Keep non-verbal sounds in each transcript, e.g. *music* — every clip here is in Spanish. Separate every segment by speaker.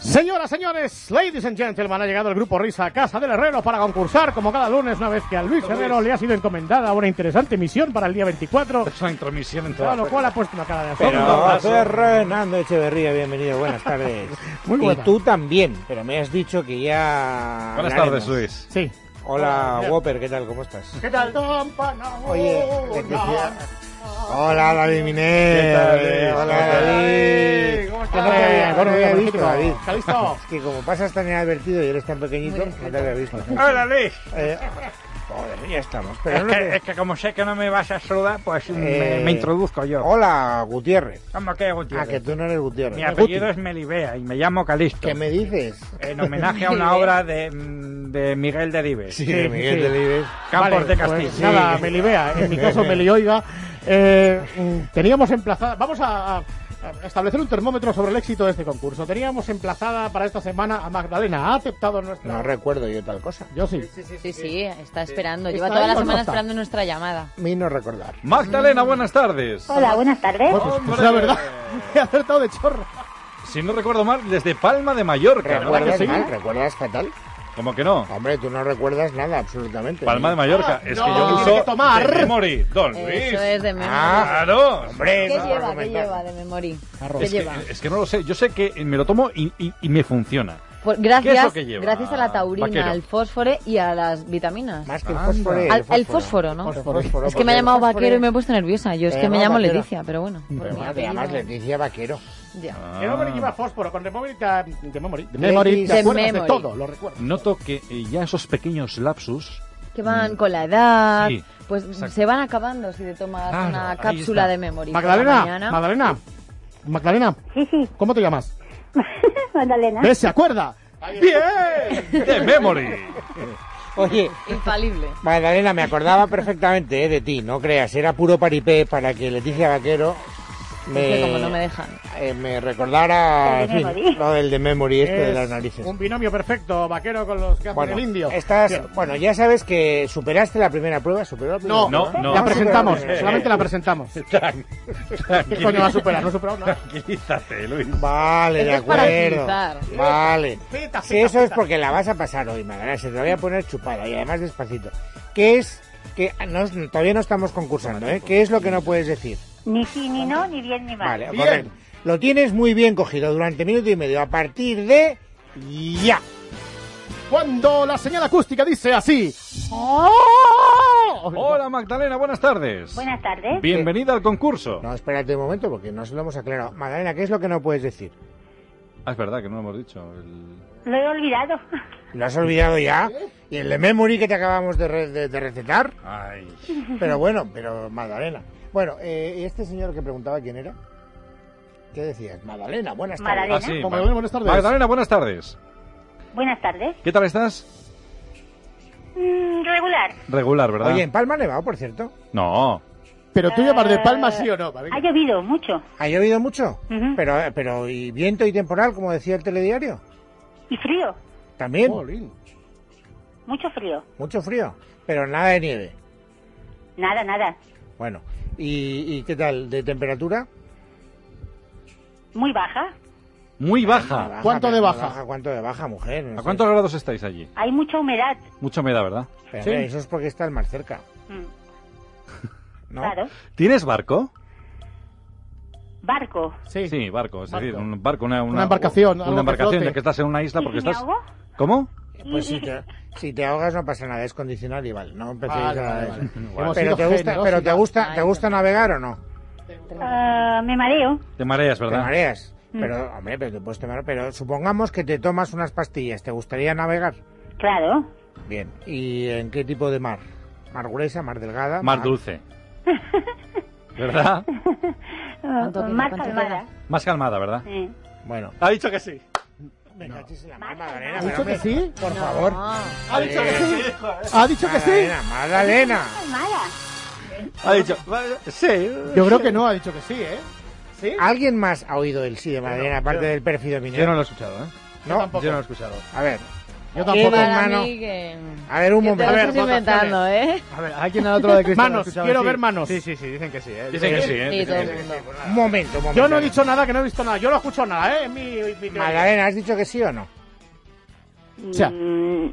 Speaker 1: Señoras, señores, ladies and gentlemen, ha llegado el grupo Risa a casa del Herrero para concursar como cada lunes una vez que a Luis Herrero le ha sido encomendada una interesante misión para el día 24,
Speaker 2: Es una intromisión en toda
Speaker 1: a lo cual ha puesto una cara de asombro.
Speaker 2: Pero-
Speaker 3: Hola,
Speaker 2: abrazo.
Speaker 3: soy Renando Echeverría, bienvenido, buenas tardes.
Speaker 1: Muy buenas.
Speaker 3: Y tú también, pero me has dicho que ya...
Speaker 2: Buenas
Speaker 3: hablaremos.
Speaker 2: tardes, Luis.
Speaker 1: Sí.
Speaker 3: Hola, Whopper, ¿qué tal? ¿Cómo estás?
Speaker 1: ¿Qué tal?
Speaker 3: Oye, te decía- Hola, David Miner.
Speaker 2: ¿Qué tal, Luis?
Speaker 3: Hola,
Speaker 2: ¿Cómo estás?
Speaker 3: David.
Speaker 1: ¿Cómo
Speaker 3: No te
Speaker 1: estás?
Speaker 3: había- no te
Speaker 1: Buenos
Speaker 3: había
Speaker 1: días,
Speaker 3: visto, David.
Speaker 1: Jorgito. Calisto.
Speaker 3: Es que como pasas tan inadvertido y eres tan pequeñito, no te había visto.
Speaker 2: Hola, Luis.
Speaker 3: Eh, joder, ya estamos.
Speaker 2: Es
Speaker 3: Pero no
Speaker 2: que,
Speaker 3: te-
Speaker 2: es que como sé que no me vas a saludar, pues
Speaker 3: Eh,
Speaker 2: me, me introduzco yo.
Speaker 3: Hola, Gutiérrez.
Speaker 2: ¿Cómo que
Speaker 3: Ah, que
Speaker 2: Gutiérrez?
Speaker 3: tú no eres Gutiérrez.
Speaker 2: Mi apellido es Melibea y me llamo Calisto.
Speaker 3: ¿Qué me dices?
Speaker 2: En homenaje a una obra de, mm, de Miguel de Dives.
Speaker 3: Sí,
Speaker 1: Sí,
Speaker 3: Miguel
Speaker 1: sí.
Speaker 3: Delibes.
Speaker 2: Campos
Speaker 1: Vale,
Speaker 2: de Castilla.
Speaker 1: pues nada, Melibea, en mi caso Melioiga. Eh, mm, teníamos emplazada. Vamos a, a- a establecer un termómetro sobre el éxito de este concurso. Teníamos emplazada para esta semana a Magdalena. ¿Ha aceptado nuestra.?
Speaker 3: No recuerdo yo tal cosa.
Speaker 1: Yo sí.
Speaker 4: Sí, sí, está esperando.
Speaker 1: ¿Está
Speaker 4: Lleva toda
Speaker 1: ahí
Speaker 4: la
Speaker 1: o no
Speaker 4: semana
Speaker 1: está?
Speaker 4: esperando nuestra llamada.
Speaker 3: A mí no recordar.
Speaker 5: Magdalena, buenas tardes.
Speaker 6: Hola, buenas tardes.
Speaker 1: Pues, pues,
Speaker 5: Hombre.
Speaker 1: la *laughs* verdad, he acertado de chorro.
Speaker 5: Si no recuerdo mal, desde Palma de Mallorca. ¿no?
Speaker 1: ¿Verdad
Speaker 3: ¿Recuerdas
Speaker 1: que sí?
Speaker 3: mal? ¿Recuerdas fatal?
Speaker 5: ¿Cómo que no?
Speaker 3: Hombre, tú no recuerdas nada, absolutamente.
Speaker 5: Palma de Mallorca.
Speaker 1: Ah,
Speaker 5: es
Speaker 1: no,
Speaker 5: que yo
Speaker 1: tiene
Speaker 5: uso
Speaker 1: que tomar.
Speaker 5: de memory. Don Luis.
Speaker 4: Eso es de memoria.
Speaker 3: Ah,
Speaker 5: Claro.
Speaker 3: hombre,
Speaker 4: ¿Qué
Speaker 3: no vas a
Speaker 4: lleva? ¿Qué
Speaker 3: comentar.
Speaker 4: lleva de memoria?
Speaker 1: Arroz.
Speaker 4: ¿Qué
Speaker 5: Es que, eh,
Speaker 4: lleva?
Speaker 5: es que no lo sé. Yo sé que me lo tomo y, y- y me funciona.
Speaker 4: Por-
Speaker 5: ¿Qué es
Speaker 4: gracias,
Speaker 5: lo que lleva,
Speaker 4: gracias a la taurina,
Speaker 5: vaquero?
Speaker 4: al fósforo y a las vitaminas.
Speaker 3: Más que el
Speaker 5: Anda.
Speaker 3: fósforo.
Speaker 4: Al- el fósforo, ¿no?
Speaker 3: Fósforo,
Speaker 4: Es que me ha
Speaker 3: porque
Speaker 4: llamado
Speaker 3: el fósforo-
Speaker 4: vaquero y me he puesto nerviosa. Yo es
Speaker 3: Te
Speaker 4: que me
Speaker 3: llamaba
Speaker 4: llamo
Speaker 3: vaquero.
Speaker 4: Leticia, pero bueno. por
Speaker 3: Pero
Speaker 4: mi
Speaker 3: bueno, te llamas
Speaker 4: apellido.
Speaker 3: Leticia Vaquero.
Speaker 4: Ya.
Speaker 5: Ah.
Speaker 1: Que no me lleva fósforo, con memory te- de memory. De
Speaker 3: memory.
Speaker 1: te
Speaker 4: De
Speaker 1: acuerdas de
Speaker 4: memory.
Speaker 1: todo, lo recuerdo.
Speaker 5: Noto que eh, ya esos pequeños lapsus.
Speaker 4: Que van con la edad,
Speaker 5: Sí,
Speaker 4: pues
Speaker 5: exacto.
Speaker 4: se van acabando si te tomas
Speaker 5: Claro,
Speaker 4: una
Speaker 5: ahí
Speaker 4: cápsula
Speaker 5: está.
Speaker 4: de memoria. por la
Speaker 1: Magdalena,
Speaker 4: mañana.
Speaker 1: Magdalena, Magdalena,
Speaker 6: Sí, sí,
Speaker 1: ¿cómo te llamas?
Speaker 6: *laughs* Magdalena.
Speaker 1: ¿Ves? ¿Se acuerda?
Speaker 5: ¡Bien! ¡De memory!
Speaker 3: Oye,
Speaker 4: Infalible.
Speaker 3: Magdalena, me acordaba perfectamente eh, de ti, no creas. Era puro paripé para que Leticia Vaquero
Speaker 4: Es
Speaker 3: me,
Speaker 4: que como no me dejan.
Speaker 3: eh, me recordara
Speaker 6: El de
Speaker 3: en fin,
Speaker 6: memory.
Speaker 3: lo del de memory, esto de
Speaker 1: Es
Speaker 3: las narices.
Speaker 1: Un binomio perfecto, vaquero con los que hacen
Speaker 3: Bueno,
Speaker 1: el indio.
Speaker 3: estás-
Speaker 1: Bien.
Speaker 3: bueno, ya sabes que superaste la primera prueba, superó la primera
Speaker 1: No,
Speaker 3: prueba.
Speaker 5: No, no.
Speaker 1: La presentamos,
Speaker 3: superado.
Speaker 1: solamente la presentamos. ¿Qué coño va a superar? No ha superado nada.
Speaker 5: Tranquilízate, Luis.
Speaker 3: Vale,
Speaker 4: Esto
Speaker 3: de
Speaker 4: es para
Speaker 3: acuerdo.
Speaker 4: agilizar.
Speaker 3: Vale.
Speaker 1: Pita,
Speaker 3: Si
Speaker 1: pita,
Speaker 3: eso es
Speaker 1: pita.
Speaker 3: porque la vas a pasar hoy, Magdalena. Se te la voy a poner chupada y además despacito. ¿Qué es que no, todavía no estamos concursando, eh? ¿Qué es lo que no puedes decir?
Speaker 6: Ni sí, ni no, ni bien, ni mal.
Speaker 3: Vale, correcto. Lo tienes muy bien cogido durante minuto y medio. A partir de ya.
Speaker 1: Cuando la señal acústica dice así. ¡Oh!
Speaker 5: Hola, Magdalena, buenas tardes.
Speaker 6: Buenas tardes.
Speaker 5: Bienvenida al concurso.
Speaker 3: No, espérate un momento porque no se lo hemos aclarado. Magdalena, ¿qué es lo que no puedes decir?
Speaker 5: Ah, es verdad que no lo hemos dicho. El-
Speaker 6: Lo he olvidado. *laughs*
Speaker 3: Lo has olvidado ya. Y el de memory que te acabamos de, re- de- de recetar.
Speaker 5: Ay.
Speaker 3: Pero bueno, pero Magdalena. Bueno, eh, ¿y este señor que preguntaba quién era? ¿Qué decías? Magdalena, buenas tardes.
Speaker 6: Magdalena.
Speaker 5: Ah, sí.
Speaker 1: Como
Speaker 5: Ma-
Speaker 1: ven, buenas tardes.
Speaker 5: Magdalena, buenas tardes.
Speaker 6: Buenas tardes.
Speaker 5: ¿Qué tal estás?
Speaker 6: Mm, regular.
Speaker 5: Regular, ¿verdad?
Speaker 3: Oye, en Palma ha nevado, por cierto.
Speaker 5: No.
Speaker 1: Pero tú llevas de palma sí o no, para mí.
Speaker 6: Ha llovido mucho.
Speaker 3: ¿Ha llovido mucho?
Speaker 6: Ujú.
Speaker 3: Pero, eh, pero, ¿y viento y temporal, como decía el telediario?
Speaker 6: Y frío.
Speaker 3: También,
Speaker 1: Jolín.
Speaker 6: Mucho frío.
Speaker 3: mucho frío, pero nada de nieve.
Speaker 6: Nada, nada.
Speaker 3: Bueno, ¿y, y qué tal de temperatura?
Speaker 6: Muy baja.
Speaker 5: Muy
Speaker 3: Ah,
Speaker 5: baja.
Speaker 1: ¿Cuánto
Speaker 3: pero
Speaker 1: de
Speaker 3: no
Speaker 1: baja?
Speaker 3: ¿Cuánto de baja, mujer? No
Speaker 5: ¿A
Speaker 3: sé.
Speaker 5: cuántos grados estáis allí?
Speaker 6: Hay mucha humedad.
Speaker 5: Mucha humedad, ¿verdad?
Speaker 3: Pero,
Speaker 1: Sí.
Speaker 3: hombre, Eso es porque estás más cerca,
Speaker 6: Mm,
Speaker 3: ¿no?
Speaker 6: Claro.
Speaker 5: ¿Tienes barco?
Speaker 6: Barco.
Speaker 1: Sí.
Speaker 5: Sí, barco. Es
Speaker 1: Barco.
Speaker 5: decir, un barco, una,
Speaker 1: Una embarcación, algo que
Speaker 5: Una embarcación,
Speaker 1: flote.
Speaker 5: ya que estás en una isla
Speaker 6: ¿Y
Speaker 5: porque
Speaker 6: si me
Speaker 5: estás.
Speaker 6: ahogo?
Speaker 5: ¿Cómo?
Speaker 1: *laughs*
Speaker 3: Pues si te, si te ahogas no pasa nada, es condicional y vale, no empecéis
Speaker 1: Vale,
Speaker 3: a...
Speaker 1: vale, vale. Hemos
Speaker 3: Pero
Speaker 1: sido
Speaker 3: te gusta, pero te
Speaker 1: generosidad.
Speaker 3: gusta, te
Speaker 4: Ay,
Speaker 3: gusta navegar o no?
Speaker 6: Ah, me mareo.
Speaker 5: Te mareas,
Speaker 3: Te
Speaker 5: ¿verdad?
Speaker 3: mareas.
Speaker 6: Mm.
Speaker 3: Pero, hombre, pero te puedes tomar- Pero supongamos que te tomas unas pastillas, ¿te gustaría navegar?
Speaker 6: Claro.
Speaker 3: Bien. ¿Y en qué tipo de mar? ¿Mar gruesa, mar delgada?
Speaker 5: Más dulce. ¿Verdad?
Speaker 6: Ah,
Speaker 4: toque,
Speaker 6: más
Speaker 4: cuánto
Speaker 6: calmada.
Speaker 5: Más calmada, ¿verdad?
Speaker 6: Sí.
Speaker 3: Bueno.
Speaker 5: Ha dicho que sí.
Speaker 3: Me cachis en la mar,
Speaker 6: Mar
Speaker 3: Magdalena.
Speaker 1: ¿Ha
Speaker 3: pero
Speaker 1: dicho que
Speaker 3: hombre,
Speaker 1: sí?
Speaker 3: Por favor.
Speaker 1: ¿Ha dicho que sí? ¿Ha dicho que sí?
Speaker 3: Magdalena, Magdalena.
Speaker 6: Calmada.
Speaker 5: Ha dicho. Sí.
Speaker 1: Yo creo que no ha dicho que sí, ¿eh? ¿Sí?
Speaker 3: ¿Alguien más ha oído el sí de Magdalena, aparte del pérfido minero?
Speaker 2: lo he escuchado, ¿eh?
Speaker 3: No.
Speaker 1: tampoco.
Speaker 2: he escuchado.
Speaker 3: A ver.
Speaker 1: Yo
Speaker 3: Lleva
Speaker 1: tampoco.
Speaker 3: la
Speaker 4: Para
Speaker 3: mano.
Speaker 4: mí que...
Speaker 3: A ver, un
Speaker 4: que te
Speaker 3: momento.
Speaker 4: lo
Speaker 1: A ver,
Speaker 4: estás inventando, ¿eh?
Speaker 7: A ver, alguien al otro lado de Cristo.
Speaker 1: Manos, quiero ver manos.
Speaker 7: Sí, sí, sí, dicen que sí, ¿eh?
Speaker 5: Dicen que sí, ¿eh?
Speaker 4: Sí,
Speaker 5: Dicen
Speaker 4: todo
Speaker 5: que
Speaker 4: el
Speaker 5: sí.
Speaker 4: mundo.
Speaker 3: Un momento, un momento.
Speaker 1: Yo no he dicho nada, que no he visto nada. Yo no he escuchado nada, ¿eh? Es mi- mi- mi-
Speaker 3: Magdalena, ¿has dicho que sí o no?
Speaker 1: O sea,
Speaker 6: Mm,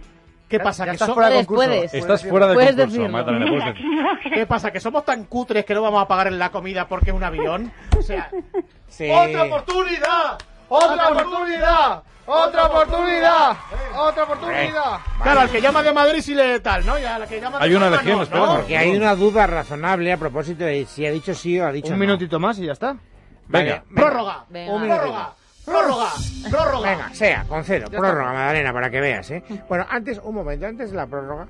Speaker 1: ¿Qué pasa?
Speaker 7: Ya
Speaker 1: ¿Que
Speaker 7: estás
Speaker 1: so-
Speaker 7: fuera de
Speaker 4: Puedes,
Speaker 7: concurso.
Speaker 4: puedes.
Speaker 5: Estás fuera del
Speaker 4: Puedes
Speaker 5: concurso,
Speaker 4: decirlo.
Speaker 5: Magdalena, puedes decir-
Speaker 1: ¿Qué pasa? ¿Que somos tan cutres que no vamos a pagar en la comida porque es un avión? O sea,
Speaker 3: Sí.
Speaker 1: ¡Otra oportunidad! ¡Otra oportunidad! ¡Otra oportunidad!
Speaker 7: ¡Otra oportunidad!
Speaker 1: Claro, al que llama de Madrid sí le tal, ¿no? Y al que llama de
Speaker 5: Hay una
Speaker 1: Palma,
Speaker 5: legión,
Speaker 1: no,
Speaker 5: espera,
Speaker 1: ¿no?
Speaker 5: porque-
Speaker 3: Que hay una duda razonable a propósito de si ha dicho sí o ha dicho
Speaker 7: Un
Speaker 3: no.
Speaker 7: minutito más y ya está.
Speaker 3: Vale,
Speaker 5: Venga.
Speaker 1: Prórroga.
Speaker 4: Venga.
Speaker 1: Un Prórroga. Prórroga. Prórroga.
Speaker 3: Venga, sea, concedo. Prórroga, Magdalena, para que veas, ¿eh? Bueno, antes, un momento, antes de la prórroga,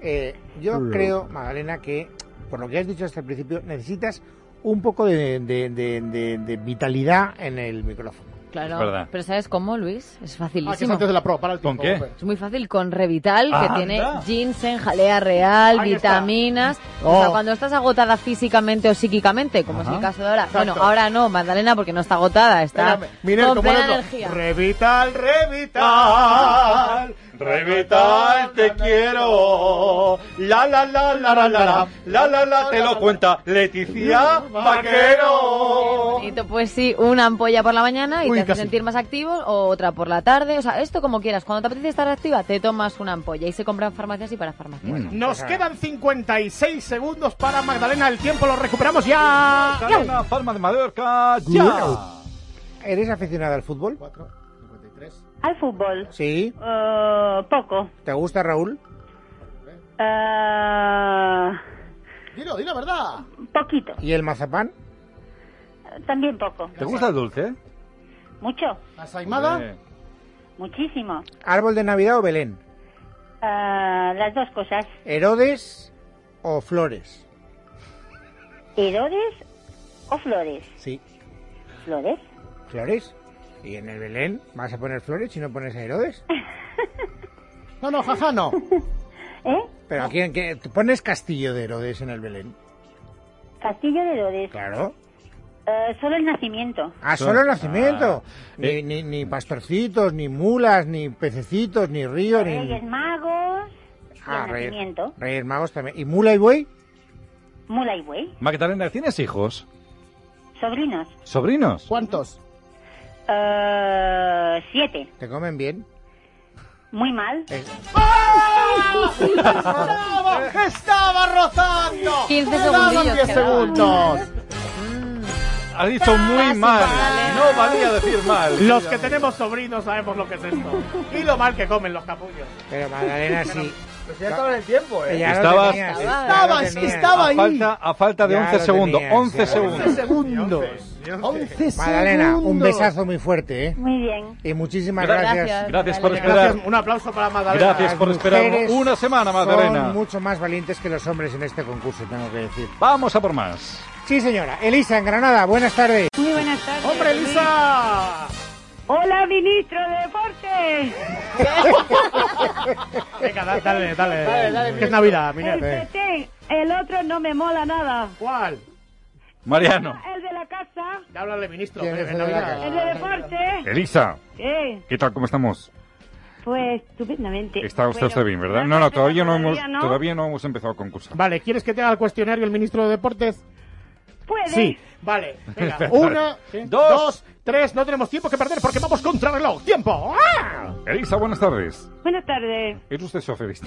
Speaker 3: eh, yo creo, Magdalena, que por lo que has dicho hasta el principio, necesitas un poco de, de- de- de- de vitalidad en el micrófono.
Speaker 5: Es
Speaker 4: Claro.
Speaker 5: verdad.
Speaker 4: Pero ¿sabes cómo, Luis? Es
Speaker 1: Ah, que es
Speaker 4: facilísimo.
Speaker 1: antes de la pro, para el
Speaker 5: ¿Con
Speaker 1: tiempo,
Speaker 5: qué?
Speaker 1: Pepe.
Speaker 4: Es muy fácil con Revital, que
Speaker 5: Anda.
Speaker 4: tiene ginseng, jalea real,
Speaker 1: Ahí está. Oh.
Speaker 4: vitaminas. O sea, cuando estás agotada físicamente o psíquicamente, como es el caso de ahora. Bueno, ahora no, Magdalena, porque no está agotada, está
Speaker 1: Espérame. Mira,
Speaker 4: con
Speaker 1: como
Speaker 4: plena
Speaker 1: el otro.
Speaker 4: energía.
Speaker 1: Revital, revital.
Speaker 5: Revital, te quiero. La la la la la la la la la te lo cuenta Leticia Vaquero.
Speaker 4: Y tú, pues sí, una ampolla por la mañana y
Speaker 1: Uy,
Speaker 4: te hace
Speaker 1: casi.
Speaker 4: sentir más activo, o otra por la tarde. O sea, esto como quieras. Cuando te apetece estar activa, te tomas una ampolla y se compran farmacias y para farmacias.
Speaker 1: Nos quedan 56 segundos para Magdalena. El tiempo lo recuperamos ya.
Speaker 5: Una palma de Mallorca ya.
Speaker 3: ¿Eres aficionada al fútbol?
Speaker 6: al fútbol.
Speaker 3: Sí.
Speaker 6: Eh, poco.
Speaker 3: ¿Te gusta, Raúl?
Speaker 6: Eh,
Speaker 1: Dilo, dilo la verdad.
Speaker 6: poquito.
Speaker 3: ¿Y el mazapán?
Speaker 6: También poco.
Speaker 5: ¿Te gusta el dulce?
Speaker 6: Mucho.
Speaker 1: Asaimada.
Speaker 5: Eh,
Speaker 6: Muchísimo.
Speaker 3: ¿Árbol de Navidad o Belén?
Speaker 6: Eh, las dos cosas.
Speaker 3: ¿Herodes o flores?
Speaker 6: ¿Herodes o flores?
Speaker 3: Sí.
Speaker 6: ¿Flores?
Speaker 3: ¿Flores? ¿Y en el Belén vas a poner flores si no pones a Herodes?
Speaker 1: No, no, jaja, no.
Speaker 6: ¿Eh?
Speaker 3: ¿Pero aquí en qué? ¿Tú pones castillo de Herodes en el Belén?
Speaker 6: Castillo de Herodes.
Speaker 3: Claro.
Speaker 6: Eh, solo el nacimiento.
Speaker 3: Ah, solo el
Speaker 7: Ah,
Speaker 3: nacimiento. Ni,
Speaker 7: eh.
Speaker 3: ni, ni pastorcitos, ni mulas, ni pececitos, ni río, ni...
Speaker 6: Reyes Magos.
Speaker 3: Ah,
Speaker 6: el
Speaker 3: reyes-
Speaker 6: nacimiento.
Speaker 3: Reyes Magos también. ¿Y mula y buey?
Speaker 6: Mula y buey.
Speaker 5: Magdalena, ¿tienes hijos?
Speaker 6: Sobrinos.
Speaker 5: ¿Sobrinos?
Speaker 1: ¿Cuántos?
Speaker 6: Eh, siete.
Speaker 3: ¿Te comen bien?
Speaker 6: Muy mal.
Speaker 3: Eh,
Speaker 1: ¡Estaba, estaba rozando!
Speaker 4: 15
Speaker 1: Quedaban
Speaker 4: segundillos
Speaker 1: 10
Speaker 4: quedaban.
Speaker 1: segundos.
Speaker 5: Ha dicho muy mal. No valía decir mal.
Speaker 1: Ah, Los que tenemos sobrinos sabemos lo que es esto. Y lo mal que comen los capullos.
Speaker 3: pero
Speaker 7: *laughs*
Speaker 3: Magdalena sí.
Speaker 7: Pues ya estaba en el tiempo, ¿eh?
Speaker 3: Ya lo
Speaker 5: Estabas-
Speaker 3: tenías, ya lo
Speaker 1: Estabas,
Speaker 3: tenías.
Speaker 1: estaba
Speaker 5: A
Speaker 1: ahí.
Speaker 5: falta, a falta de
Speaker 3: Ya
Speaker 5: 11
Speaker 3: lo
Speaker 5: segundos.
Speaker 3: tenías,
Speaker 5: 11
Speaker 3: ya lo tenías.
Speaker 1: 11
Speaker 5: segundos.
Speaker 1: segundos.
Speaker 7: Y
Speaker 1: 11
Speaker 7: once.
Speaker 1: segundos.
Speaker 3: Magdalena, un besazo muy fuerte, ¿eh?
Speaker 6: Muy bien.
Speaker 3: Y muchísimas
Speaker 5: Gracias.
Speaker 3: gracias.
Speaker 5: Gracias por
Speaker 4: Vale.
Speaker 5: esperar.
Speaker 1: Gracias, un aplauso para Magdalena.
Speaker 5: Gracias por
Speaker 3: Las
Speaker 5: esperar
Speaker 3: mujeres
Speaker 5: una semana,
Speaker 3: Son
Speaker 5: Magdalena.
Speaker 3: mucho más valientes que los hombres en este concurso, tengo que decir.
Speaker 5: Vamos a por más.
Speaker 3: Sí, señora. Elisa, en Granada, buenas tardes.
Speaker 6: Muy buenas tardes.
Speaker 1: ¡Hombre, Elisa!
Speaker 6: Hola, ministro de Deportes.
Speaker 1: Venga, da- dale, dale. que es Navidad,
Speaker 6: El
Speaker 1: Miner.
Speaker 5: eh.
Speaker 6: PT. El otro no me mola nada.
Speaker 1: ¿Cuál?
Speaker 5: Mariano.
Speaker 6: El de la casa.
Speaker 1: Ya háblale, ministro.
Speaker 3: ¿Quién
Speaker 1: que
Speaker 3: es
Speaker 1: es
Speaker 3: el de la
Speaker 1: Navidad.
Speaker 3: casa?
Speaker 6: El de
Speaker 5: Ah,
Speaker 6: deporte.
Speaker 5: Elisa,
Speaker 6: Eh,
Speaker 5: ¿qué tal? ¿Cómo estamos?
Speaker 6: pues estupendamente.
Speaker 5: Está usted,
Speaker 6: Bueno,
Speaker 5: usted bien, ¿verdad?
Speaker 6: no,
Speaker 5: No, no, todavía no hemos,
Speaker 6: todavía no.
Speaker 5: todavía no hemos empezado a concursar.
Speaker 1: Vale, ¿quieres que te haga el cuestionario el ministro de Deportes?
Speaker 6: ¿Puede?
Speaker 1: Sí. Vale, venga. Una, dos, tres. No tenemos tiempo que perder porque vamos contra reloj. ¡Tiempo! ¡Ah!
Speaker 5: Elisa, buenas tardes.
Speaker 6: Buenas tardes.
Speaker 5: ¿Es usted soferista?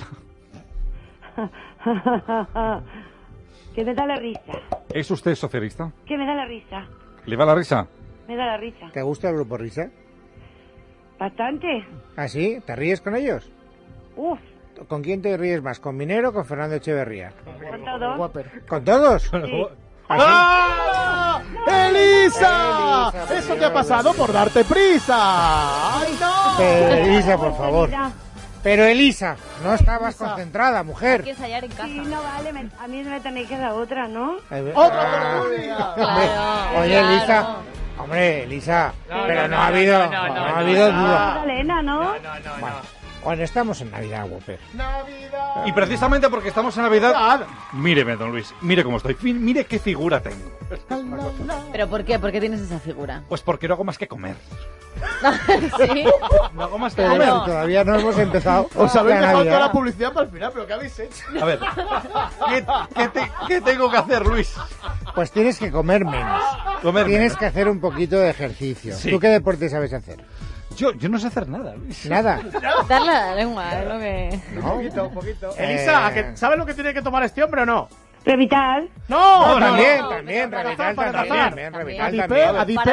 Speaker 6: *laughs* que me da la risa.
Speaker 5: ¿Es usted soferista?
Speaker 6: Que me da la risa.
Speaker 5: ¿Le va la risa?
Speaker 6: Me da la risa.
Speaker 3: ¿Te gusta el grupo Risa?
Speaker 6: Bastante.
Speaker 3: ¿Ah, sí? ¿Te ríes con ellos?
Speaker 6: Uf.
Speaker 3: ¿Con quién te ríes más? ¿Con Minero o con Fernando Echeverría?
Speaker 6: Con todo.
Speaker 3: ¿Con todos?
Speaker 6: Sí.
Speaker 1: ¡Ah! ¡Elisa! Eso te ha pasado por darte prisa. ¡Ay, no!
Speaker 3: Pero Elisa, por favor.
Speaker 6: Mira,
Speaker 3: Pero Elisa, no estabas concentrada,
Speaker 4: Hay que
Speaker 3: mujer.
Speaker 4: ensayar en casa.
Speaker 6: si no vale, me- a mí me tenéis que dar otra, ¿no?
Speaker 1: ¡Otra
Speaker 3: *laughs*
Speaker 1: oportunidad!
Speaker 4: Claro,
Speaker 3: Eh, ah. Oye,
Speaker 4: claro.
Speaker 3: Elisa. Hombre, Elisa, pero no ha habido, no, ha habido duda.
Speaker 6: Magdalena, ¿no?
Speaker 3: Bueno, bueno, estamos en Navidad, Whopper.
Speaker 1: ¡Navidad!
Speaker 5: Y precisamente porque estamos en Navidad...
Speaker 1: Navidad.
Speaker 5: Míreme, don Luis, mire cómo estoy, mi- mire qué figura tengo.
Speaker 4: ¿Pero por qué? ¿Por qué tienes esa figura? *laughs*
Speaker 5: Pues porque no hago más que comer.
Speaker 4: sí.
Speaker 7: No comas
Speaker 4: Claro.
Speaker 3: Pero si todavía no hemos empezado.
Speaker 7: Os habéis
Speaker 3: la
Speaker 7: dejado
Speaker 3: Navidad.
Speaker 7: toda la publicidad para el final, pero ¿qué habéis hecho?
Speaker 5: A ver, ¿qué, qué te- qué tengo que hacer, Luis?
Speaker 3: Pues tienes que comer menos.
Speaker 5: Comer
Speaker 3: Tienes
Speaker 5: menos.
Speaker 3: que hacer un poquito de ejercicio.
Speaker 5: Sí.
Speaker 3: ¿Tú qué deporte sabes hacer?
Speaker 5: Yo, yo no sé hacer nada, Luis.
Speaker 3: Nada.
Speaker 4: Darle a la lengua, es lo que.
Speaker 3: ¿No?
Speaker 7: Poquito, poquito.
Speaker 1: Elisa, ¿a
Speaker 3: Eh.
Speaker 1: que- ¿sabes lo que tiene que tomar este hombre o no?
Speaker 6: Revital.
Speaker 1: ¡No!
Speaker 3: No, también,
Speaker 4: no,
Speaker 3: también,
Speaker 1: para
Speaker 3: Revital
Speaker 1: cazar, para
Speaker 3: también,
Speaker 1: cazar.
Speaker 3: también,
Speaker 4: También.
Speaker 3: Revital
Speaker 1: Adipe,
Speaker 3: también.
Speaker 1: adipe.
Speaker 4: Para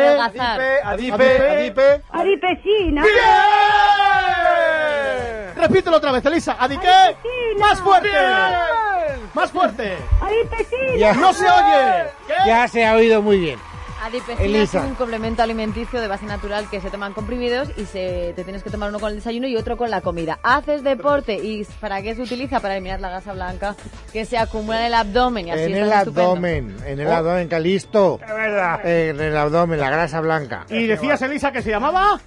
Speaker 4: adelgazar.
Speaker 7: Adipe, adipe, adipe.
Speaker 6: Adipesina.
Speaker 1: Repítelo otra vez, Elisa. ¿A di qué?
Speaker 6: Adipesina.
Speaker 1: ¡Más fuerte! ¡Más fuerte!
Speaker 6: Adipesina.
Speaker 3: Ya,
Speaker 1: ¡No se oye!
Speaker 3: ya se ha oído muy bien.
Speaker 4: Adipecina es
Speaker 3: Elisa.
Speaker 4: un complemento alimenticio de base natural que se toman comprimidos y se, te tienes que tomar uno con el desayuno y otro con la comida. Haces deporte y ¿para qué se utiliza? Para eliminar la grasa blanca que se acumula en el abdomen y así
Speaker 3: En
Speaker 4: estás
Speaker 3: el
Speaker 4: estupendo.
Speaker 3: abdomen, en el abdomen, Calisto. Eh, En el abdomen, la grasa blanca.
Speaker 1: Y decías, Elisa, que se llamaba...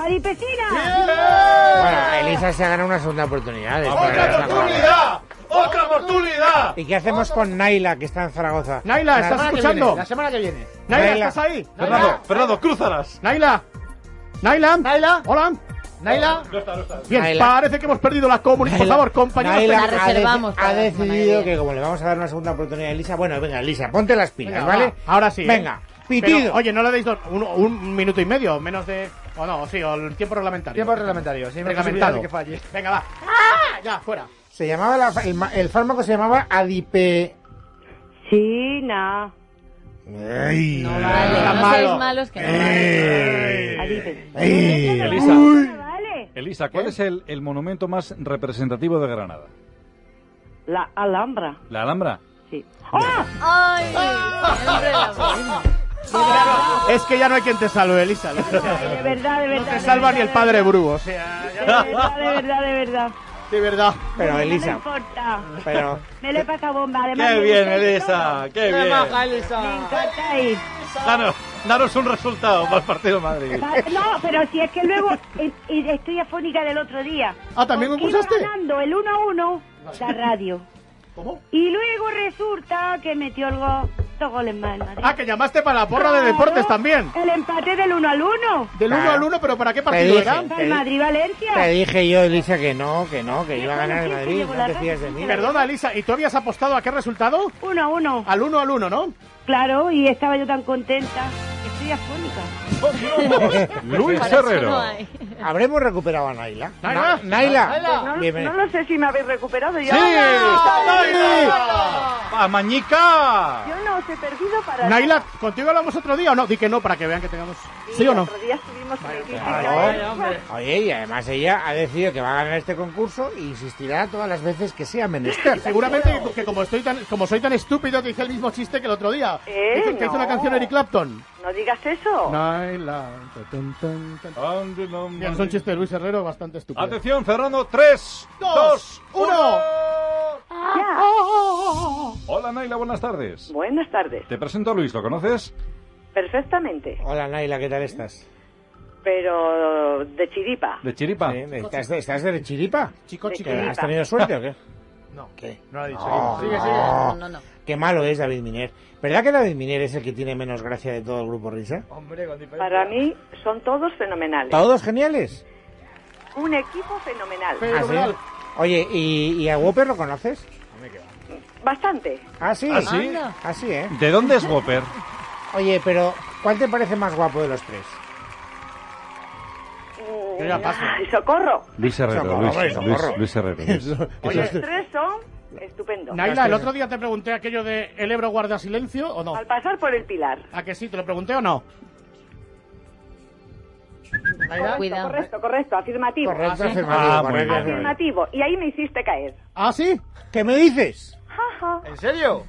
Speaker 6: Adipesina.
Speaker 3: Bueno, Elisa se ha ganado una segunda oportunidad. de esta
Speaker 5: ¡Otra
Speaker 3: grasa blanca.
Speaker 5: oportunidad! ¡Otra oportunidad!
Speaker 3: ¿Y qué hacemos con Naila, que está en Zaragoza?
Speaker 1: Naila, ¿estás
Speaker 3: Naila,
Speaker 1: escuchando?
Speaker 7: La semana que viene.
Speaker 1: Naila,
Speaker 3: Naila.
Speaker 1: ¿estás ahí?
Speaker 5: Fernando, Fernando, crúzalas.
Speaker 1: Naila. Naila.
Speaker 7: Naila.
Speaker 1: Hola.
Speaker 7: Naila.
Speaker 1: Bien,
Speaker 3: Naila.
Speaker 1: parece que hemos perdido la comunicación. Por favor, compañeros.
Speaker 3: Naila
Speaker 4: La
Speaker 3: ha de-
Speaker 4: reservamos
Speaker 3: Ha,
Speaker 4: para la semana que
Speaker 3: decidido
Speaker 4: viene.
Speaker 3: que como le vamos a dar una segunda oportunidad a Elisa, bueno, venga, Elisa, ponte las pilas,
Speaker 1: Venga,
Speaker 3: ¿vale?
Speaker 1: va, ahora sí, ¿eh?
Speaker 3: Venga,
Speaker 1: Pero,
Speaker 3: pitido.
Speaker 1: oye, no le deis dos- un, un minuto y medio, menos de. O no, sí, o el tiempo reglamentario.
Speaker 7: Tiempo reglamentario. Sí, me
Speaker 1: Reglamentado.
Speaker 7: que falle.
Speaker 1: Venga, va. Ya, fuera.
Speaker 3: Se llamaba la fa- el, ma- el fármaco se llamaba Adipe.
Speaker 6: Sina.
Speaker 3: Ay.
Speaker 4: No vale,
Speaker 1: Está
Speaker 4: no
Speaker 1: malo.
Speaker 4: sois malos que no vale.
Speaker 3: Ay.
Speaker 6: Adipe.
Speaker 3: Ay.
Speaker 5: Elisa.
Speaker 6: Vale.
Speaker 5: Elisa, ¿cuál es el, el monumento más representativo de Granada?
Speaker 6: La Alhambra.
Speaker 5: ¿La Alhambra?
Speaker 6: Sí. ¡Ah!
Speaker 4: Ay, siempre la misma.
Speaker 1: Es que ya no hay quien te salve, Elisa. Lo siento.
Speaker 6: Ay, de verdad, de verdad.
Speaker 1: No te
Speaker 6: de
Speaker 1: salva ni el
Speaker 6: verdad,
Speaker 1: padre
Speaker 6: de
Speaker 1: Bru, o sea. ya-
Speaker 6: verdad, De verdad, de verdad, de verdad.
Speaker 1: De verdad.
Speaker 3: Pero
Speaker 6: No
Speaker 3: Elisa,
Speaker 6: importa.
Speaker 3: pero
Speaker 6: Me lo he pasado bomba. Además,
Speaker 5: ¡Qué
Speaker 6: me
Speaker 5: bien,
Speaker 6: gusta y todo.
Speaker 5: Elisa! ¡Qué bien!
Speaker 6: Me encanta ir.
Speaker 5: Danos, danos un resultado para el partido de Madrid.
Speaker 6: Va- No, pero si es que luego eh, eh, estoy afónica del otro día.
Speaker 1: Ah, ¿también
Speaker 6: Porque
Speaker 1: concursaste?
Speaker 6: iba ganando el 1-1
Speaker 1: *laughs*
Speaker 6: la radio.
Speaker 1: ¿Cómo?
Speaker 6: Y luego resulta que metió el go- dos goles más el Madrid.
Speaker 1: Ah, que llamaste para la porra de
Speaker 6: Claro,
Speaker 1: deportes también.
Speaker 6: El empate del 1 al 1.
Speaker 1: Del 1
Speaker 3: Claro.
Speaker 1: al 1, pero ¿para qué
Speaker 3: te
Speaker 1: partido era?
Speaker 3: dije,
Speaker 6: Para
Speaker 3: te,
Speaker 6: el
Speaker 3: di-
Speaker 6: Madrid-Valencia.
Speaker 3: te dije yo, Elisa, que no, que no, que iba a ganar el
Speaker 6: Sí, sí,
Speaker 3: Madrid,
Speaker 6: llevo
Speaker 3: no
Speaker 6: la
Speaker 3: te
Speaker 6: razón,
Speaker 3: fías de
Speaker 6: sí,
Speaker 3: mí.
Speaker 6: pero-
Speaker 1: Perdona, Elisa, ¿y tú habías apostado a qué resultado?
Speaker 6: 1 a 1.
Speaker 1: Al 1 al 1, ¿no?
Speaker 6: Claro, y estaba yo tan contenta. Estoy afónica.
Speaker 5: Luis
Speaker 4: Para eso no
Speaker 5: Herrero.
Speaker 4: hay.
Speaker 3: ¿Habremos recuperado a Naila?
Speaker 1: Naila.
Speaker 3: Na- Naila.
Speaker 6: No,
Speaker 3: Bienven-
Speaker 6: no lo sé si me habéis recuperado.
Speaker 5: ¡Sí!
Speaker 6: Ya.
Speaker 5: ¡A Mañica!
Speaker 6: Yo no os he perdido para
Speaker 1: Naila, ¿contigo hablamos otro día o no? Di que no, para que vean que tengamos. ¿Sí o no?
Speaker 6: Otro día estuvimos en el
Speaker 3: Claro. Oye, y además ella ha decidido que va a ganar este concurso e insistirá todas las veces que sea menester.
Speaker 1: Seguramente que, que como estoy tan, como soy tan estúpido que hice el mismo chiste que el otro día.
Speaker 6: Eh,
Speaker 1: Dice que hizo una
Speaker 6: no.
Speaker 1: canción Eric Clapton.
Speaker 6: No digas eso.
Speaker 1: Naila. tan, tan, tan, tan. Mira, es un chiste de Luis Herrero bastante estúpido.
Speaker 5: Atención, Fernando, 3,
Speaker 1: Dos,
Speaker 5: 2,
Speaker 1: uno.
Speaker 5: 1.
Speaker 6: Ya.
Speaker 5: Hola Naila, buenas tardes.
Speaker 6: Buenas tardes.
Speaker 5: Te presento a Luis, ¿lo conoces?
Speaker 6: Perfectamente.
Speaker 3: Hola Naila, ¿qué tal estás?
Speaker 6: Pero de chiripa.
Speaker 5: De Chiripa.
Speaker 3: Bien, Eh, ¿Estás, estás de chiripa?
Speaker 1: Chico,
Speaker 6: De
Speaker 1: chico.
Speaker 3: ¿Que
Speaker 6: Chiripa.
Speaker 3: ¿Has tenido suerte o qué?
Speaker 1: No,
Speaker 3: ¿Qué?
Speaker 1: no lo he dicho.
Speaker 3: No.
Speaker 1: Sigue, sigue.
Speaker 4: No, no, no.
Speaker 3: Qué malo es David Miner. ¿Verdad que David Miner es el que tiene menos gracia de todo el grupo Risa?
Speaker 7: Hombre, con diferencia.
Speaker 8: Para mí son todos fenomenales.
Speaker 3: ¿Todos geniales?
Speaker 8: Un equipo fenomenal.
Speaker 3: ¿Ah, sí?
Speaker 1: Fenomenal.
Speaker 3: Oye, ¿y, y a Whopper lo conoces?
Speaker 8: Bastante.
Speaker 3: Ah, sí.
Speaker 5: ¿Ah, sí?
Speaker 4: Anda.
Speaker 3: Ah, sí, ¿eh?
Speaker 5: ¿De dónde es Whopper?
Speaker 3: Oye, pero ¿cuál te parece más guapo de los tres?
Speaker 8: Mm,
Speaker 1: Yo ya paso.
Speaker 8: ay, *laughs* socorro.
Speaker 5: Luis Herrero,
Speaker 3: Socorro,
Speaker 5: Luis,
Speaker 3: hombre,
Speaker 5: Luis,
Speaker 3: socorro.
Speaker 5: Luis Herrero. Luis.
Speaker 8: Los tres son estupendos.
Speaker 1: Naila, el otro día te pregunté aquello de ¿el Ebro guarda silencio o no?
Speaker 8: Al pasar por el pilar.
Speaker 1: ¿A que sí? ¿Te lo pregunté o no?
Speaker 4: Cuidado.
Speaker 8: Correcto, correcto, afirmativo.
Speaker 3: Correcto,
Speaker 1: sí.
Speaker 3: afirmativo,
Speaker 5: Ah, muy
Speaker 3: correcto,
Speaker 5: bien.
Speaker 3: afirmativo.
Speaker 8: Afirmativo. Y ahí me hiciste caer.
Speaker 1: ¿Ah, sí?
Speaker 3: ¿Qué me dices?
Speaker 8: Ja, ja.
Speaker 7: ¿En serio?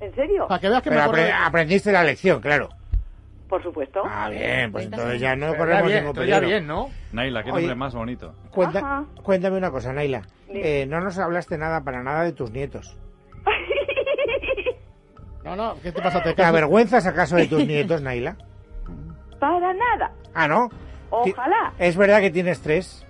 Speaker 8: ¿En serio?
Speaker 1: Para que veas que
Speaker 3: Pero
Speaker 1: me acuerdo.
Speaker 3: apre- aprendiste la lección, claro.
Speaker 8: Por supuesto.
Speaker 3: Ah, bien, pues entonces ya no
Speaker 7: Pero ya
Speaker 3: corremos
Speaker 7: bien,
Speaker 3: ningún
Speaker 7: pero ya
Speaker 3: peligro.
Speaker 7: bien, ¿no?
Speaker 5: Naila, qué
Speaker 3: Oye.
Speaker 5: nombre más bonito.
Speaker 3: Cuenta-
Speaker 8: Ajá.
Speaker 3: cuéntame una cosa, Naila.
Speaker 8: Dime.
Speaker 3: Eh, no nos hablaste nada para nada de tus nietos.
Speaker 1: No, no, ¿qué te pasa? ¿Te
Speaker 3: ¿Te
Speaker 1: casas?
Speaker 3: avergüenzas acaso de tus nietos, Naila?
Speaker 8: *laughs* Para nada.
Speaker 3: Ah, ¿no? Ti-
Speaker 8: Ojalá.
Speaker 3: ¿Es verdad que tienes tres?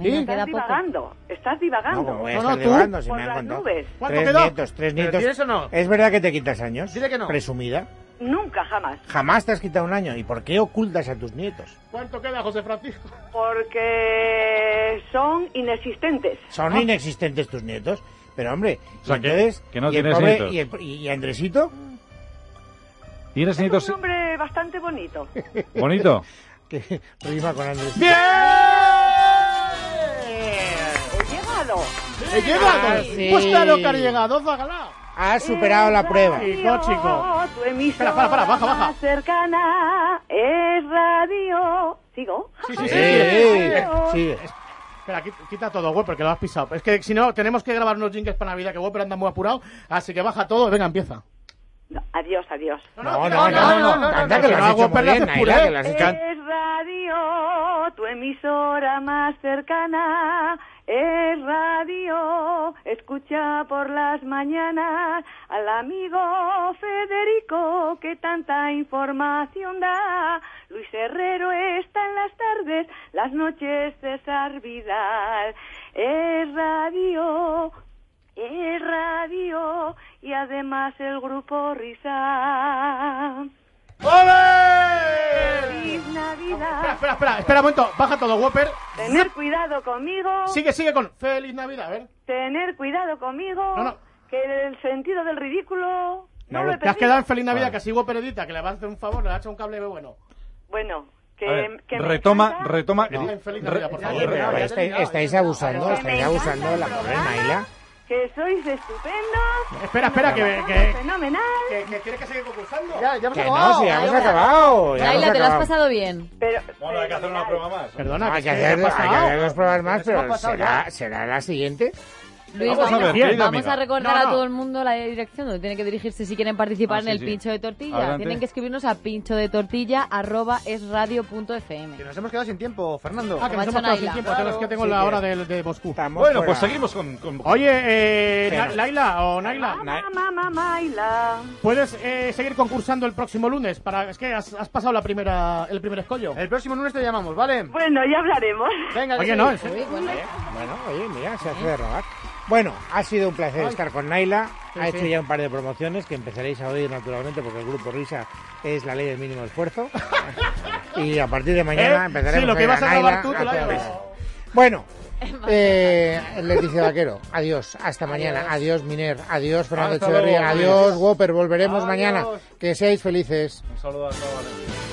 Speaker 1: ¿Sí?
Speaker 4: Queda
Speaker 8: Estás
Speaker 4: poco.
Speaker 8: divagando. Estás
Speaker 3: No,
Speaker 8: divagando.
Speaker 3: como voy a
Speaker 1: No, no,
Speaker 3: estar
Speaker 1: tú.
Speaker 3: divagando, si
Speaker 8: Por
Speaker 3: me han
Speaker 8: las
Speaker 3: contado.
Speaker 8: nubes.
Speaker 1: ¿Cuánto
Speaker 3: Tres
Speaker 1: quedó?
Speaker 3: nietos, Eh. tres
Speaker 7: ¿Pero
Speaker 3: nietos.
Speaker 7: tienes o no?
Speaker 3: ¿Es verdad que te quitas años?
Speaker 7: Dile que no.
Speaker 3: Presumida.
Speaker 8: Nunca, jamás.
Speaker 3: Jamás te has quitado un año. ¿Y por qué ocultas a tus nietos?
Speaker 1: ¿Cuánto queda, José Francisco?
Speaker 8: Porque son inexistentes.
Speaker 3: Son inexistentes tus nietos. Pero hombre,
Speaker 2: O sea,
Speaker 3: ¿y
Speaker 2: que-
Speaker 3: entonces,
Speaker 2: que no
Speaker 3: y el
Speaker 2: tienes
Speaker 3: pobre-
Speaker 2: nietos.
Speaker 3: y el- y- y Andresito,
Speaker 2: ¿Tienes
Speaker 1: *laughs*
Speaker 8: Es
Speaker 2: nietos
Speaker 8: un nombre
Speaker 3: *laughs*
Speaker 8: bastante bonito.
Speaker 2: bonito?
Speaker 3: que *laughs* rima con Andresito.
Speaker 2: ¡Bien!
Speaker 8: He llegado.
Speaker 1: ¡He llegado!
Speaker 4: Sí.
Speaker 1: Pues claro que ha llegado, Zagalá.
Speaker 3: Has superado la prueba.
Speaker 1: Chico, chico.
Speaker 8: Tu emisora
Speaker 1: Espera, para, para, baja, baja.
Speaker 8: más cercana es radio. ¿Sigo?
Speaker 1: Sí, sí, sí.
Speaker 3: Eh, sí.
Speaker 1: Espera, qui- quita todo, güey, porque lo has pisado. Es que si no, tenemos que grabar unos jingles para Navidad, que güey, pero anda muy apurado. Así que baja todo y venga, empieza.
Speaker 8: No, adiós, adiós.
Speaker 3: No, no, no, no, no, anda, que
Speaker 1: Si
Speaker 3: lo
Speaker 1: no
Speaker 3: has
Speaker 1: hago
Speaker 3: hecho muy
Speaker 1: perlas, ¿eh? es
Speaker 3: bien, Naila,
Speaker 1: puré.
Speaker 3: que lo has hecho-
Speaker 8: Es radio, tu emisora más cercana. Es radio, escucha por las mañanas al amigo Federico que tanta información da. Luis Herrero está en las tardes, las noches César Vidal. Es radio, es radio y además el grupo Risa. ¡Feliz
Speaker 1: Espera,
Speaker 8: Navidad!
Speaker 1: espera, espera, espera un momento, baja todo, Whopper.
Speaker 8: Tener cuidado conmigo.
Speaker 1: Sigue, sigue con Feliz Navidad, a ver.
Speaker 8: Tener cuidado conmigo.
Speaker 1: No, no.
Speaker 8: Que el sentido del ridículo. No, lo he
Speaker 1: Te has
Speaker 8: perdido.
Speaker 1: quedado en Feliz Navidad, que así Whopper edita, que le vas a hacer un favor, le has hecho un cable bueno.
Speaker 8: Bueno, que,
Speaker 2: A ver,
Speaker 8: que me
Speaker 2: retoma,
Speaker 8: encanta-
Speaker 2: retoma.
Speaker 1: No, en feliz Navidad, por favor.
Speaker 3: Oye, pero a ver, estáis, estáis abusando,
Speaker 8: que
Speaker 3: estáis
Speaker 8: me encanta
Speaker 3: abusando de la
Speaker 8: el
Speaker 3: pobre
Speaker 8: programa,
Speaker 3: Naila.
Speaker 8: Que sois estupendos.
Speaker 1: Espera, espera, que,
Speaker 8: que
Speaker 1: que,
Speaker 8: Fenomenal.
Speaker 1: que, que tienes que seguir concursando.
Speaker 7: Ya, ya hemos
Speaker 3: Que
Speaker 7: acabado.
Speaker 3: no, si ya hemos
Speaker 4: Naila.
Speaker 3: acabado. ya hemos
Speaker 4: Laila, ¿te lo has
Speaker 3: acabado.
Speaker 4: pasado bien?
Speaker 8: Pero,
Speaker 5: Bueno, hay que hacer una
Speaker 8: fenomenal.
Speaker 5: prueba más.
Speaker 1: Perdona,
Speaker 3: Hay
Speaker 1: es
Speaker 3: que
Speaker 1: Ah, que
Speaker 3: hacer,
Speaker 1: ha
Speaker 3: hay que
Speaker 1: pasado.
Speaker 3: hacer dos pruebas más,
Speaker 7: Pero
Speaker 3: pero
Speaker 7: hemos pasado
Speaker 3: será, será la siguiente.
Speaker 4: Luis,
Speaker 2: Vamos
Speaker 4: vamos,
Speaker 2: a ver, querida
Speaker 4: vamos
Speaker 2: amiga.
Speaker 4: a recordar
Speaker 1: No, no.
Speaker 4: a todo el mundo la dirección donde tienen que dirigirse si quieren participar
Speaker 2: Ah, sí,
Speaker 4: en el
Speaker 2: sí.
Speaker 4: pincho de tortilla.
Speaker 2: Adelante.
Speaker 4: Tienen que escribirnos a pincho de tortilla
Speaker 7: Que
Speaker 4: esradio.fm.
Speaker 7: nos hemos quedado sin tiempo, Fernando.
Speaker 1: Ah, que nos hemos quedado sin tiempo, que es que tengo la hora de, de Moscú.
Speaker 3: Estamos
Speaker 5: Bueno,
Speaker 3: fuera.
Speaker 5: pues seguimos con. con-
Speaker 1: Oye, eh,
Speaker 3: Espera.
Speaker 1: Na- Laila o Naila,
Speaker 8: Mamá, mamá, Maila.
Speaker 1: ¿puedes eh, seguir concursando el próximo lunes? Para, es que has, has pasado la primera, el primer escollo.
Speaker 3: Eh,
Speaker 7: El próximo lunes te llamamos, ¿vale?
Speaker 8: Bueno, ya hablaremos.
Speaker 7: Venga,
Speaker 1: Oye,
Speaker 7: sí.
Speaker 1: no, en serio.
Speaker 3: Bueno, oye, mira, se hace de rogar. Bueno, ha sido un placer estar con Naila. Ha hecho ya un par de promociones que empezaréis a oír naturalmente porque el grupo Risa es la ley del mínimo
Speaker 1: *laughs*
Speaker 3: esfuerzo. y a partir de mañana
Speaker 1: ¿Eh?
Speaker 3: empezaremos
Speaker 1: Sí, lo que
Speaker 3: oír
Speaker 1: vas a grabar
Speaker 3: Naila
Speaker 1: tú, te lo
Speaker 3: toda
Speaker 1: hago.
Speaker 3: prisa. Bueno, eh, Leticia Vaquero, adiós, hasta mañana, adiós Miner, adiós Fernando
Speaker 5: Hasta
Speaker 3: Echeverría,
Speaker 5: luego,
Speaker 3: adiós Whopper, volveremos
Speaker 7: Adiós.
Speaker 3: mañana. Que seáis felices.
Speaker 5: Un saludo a todos.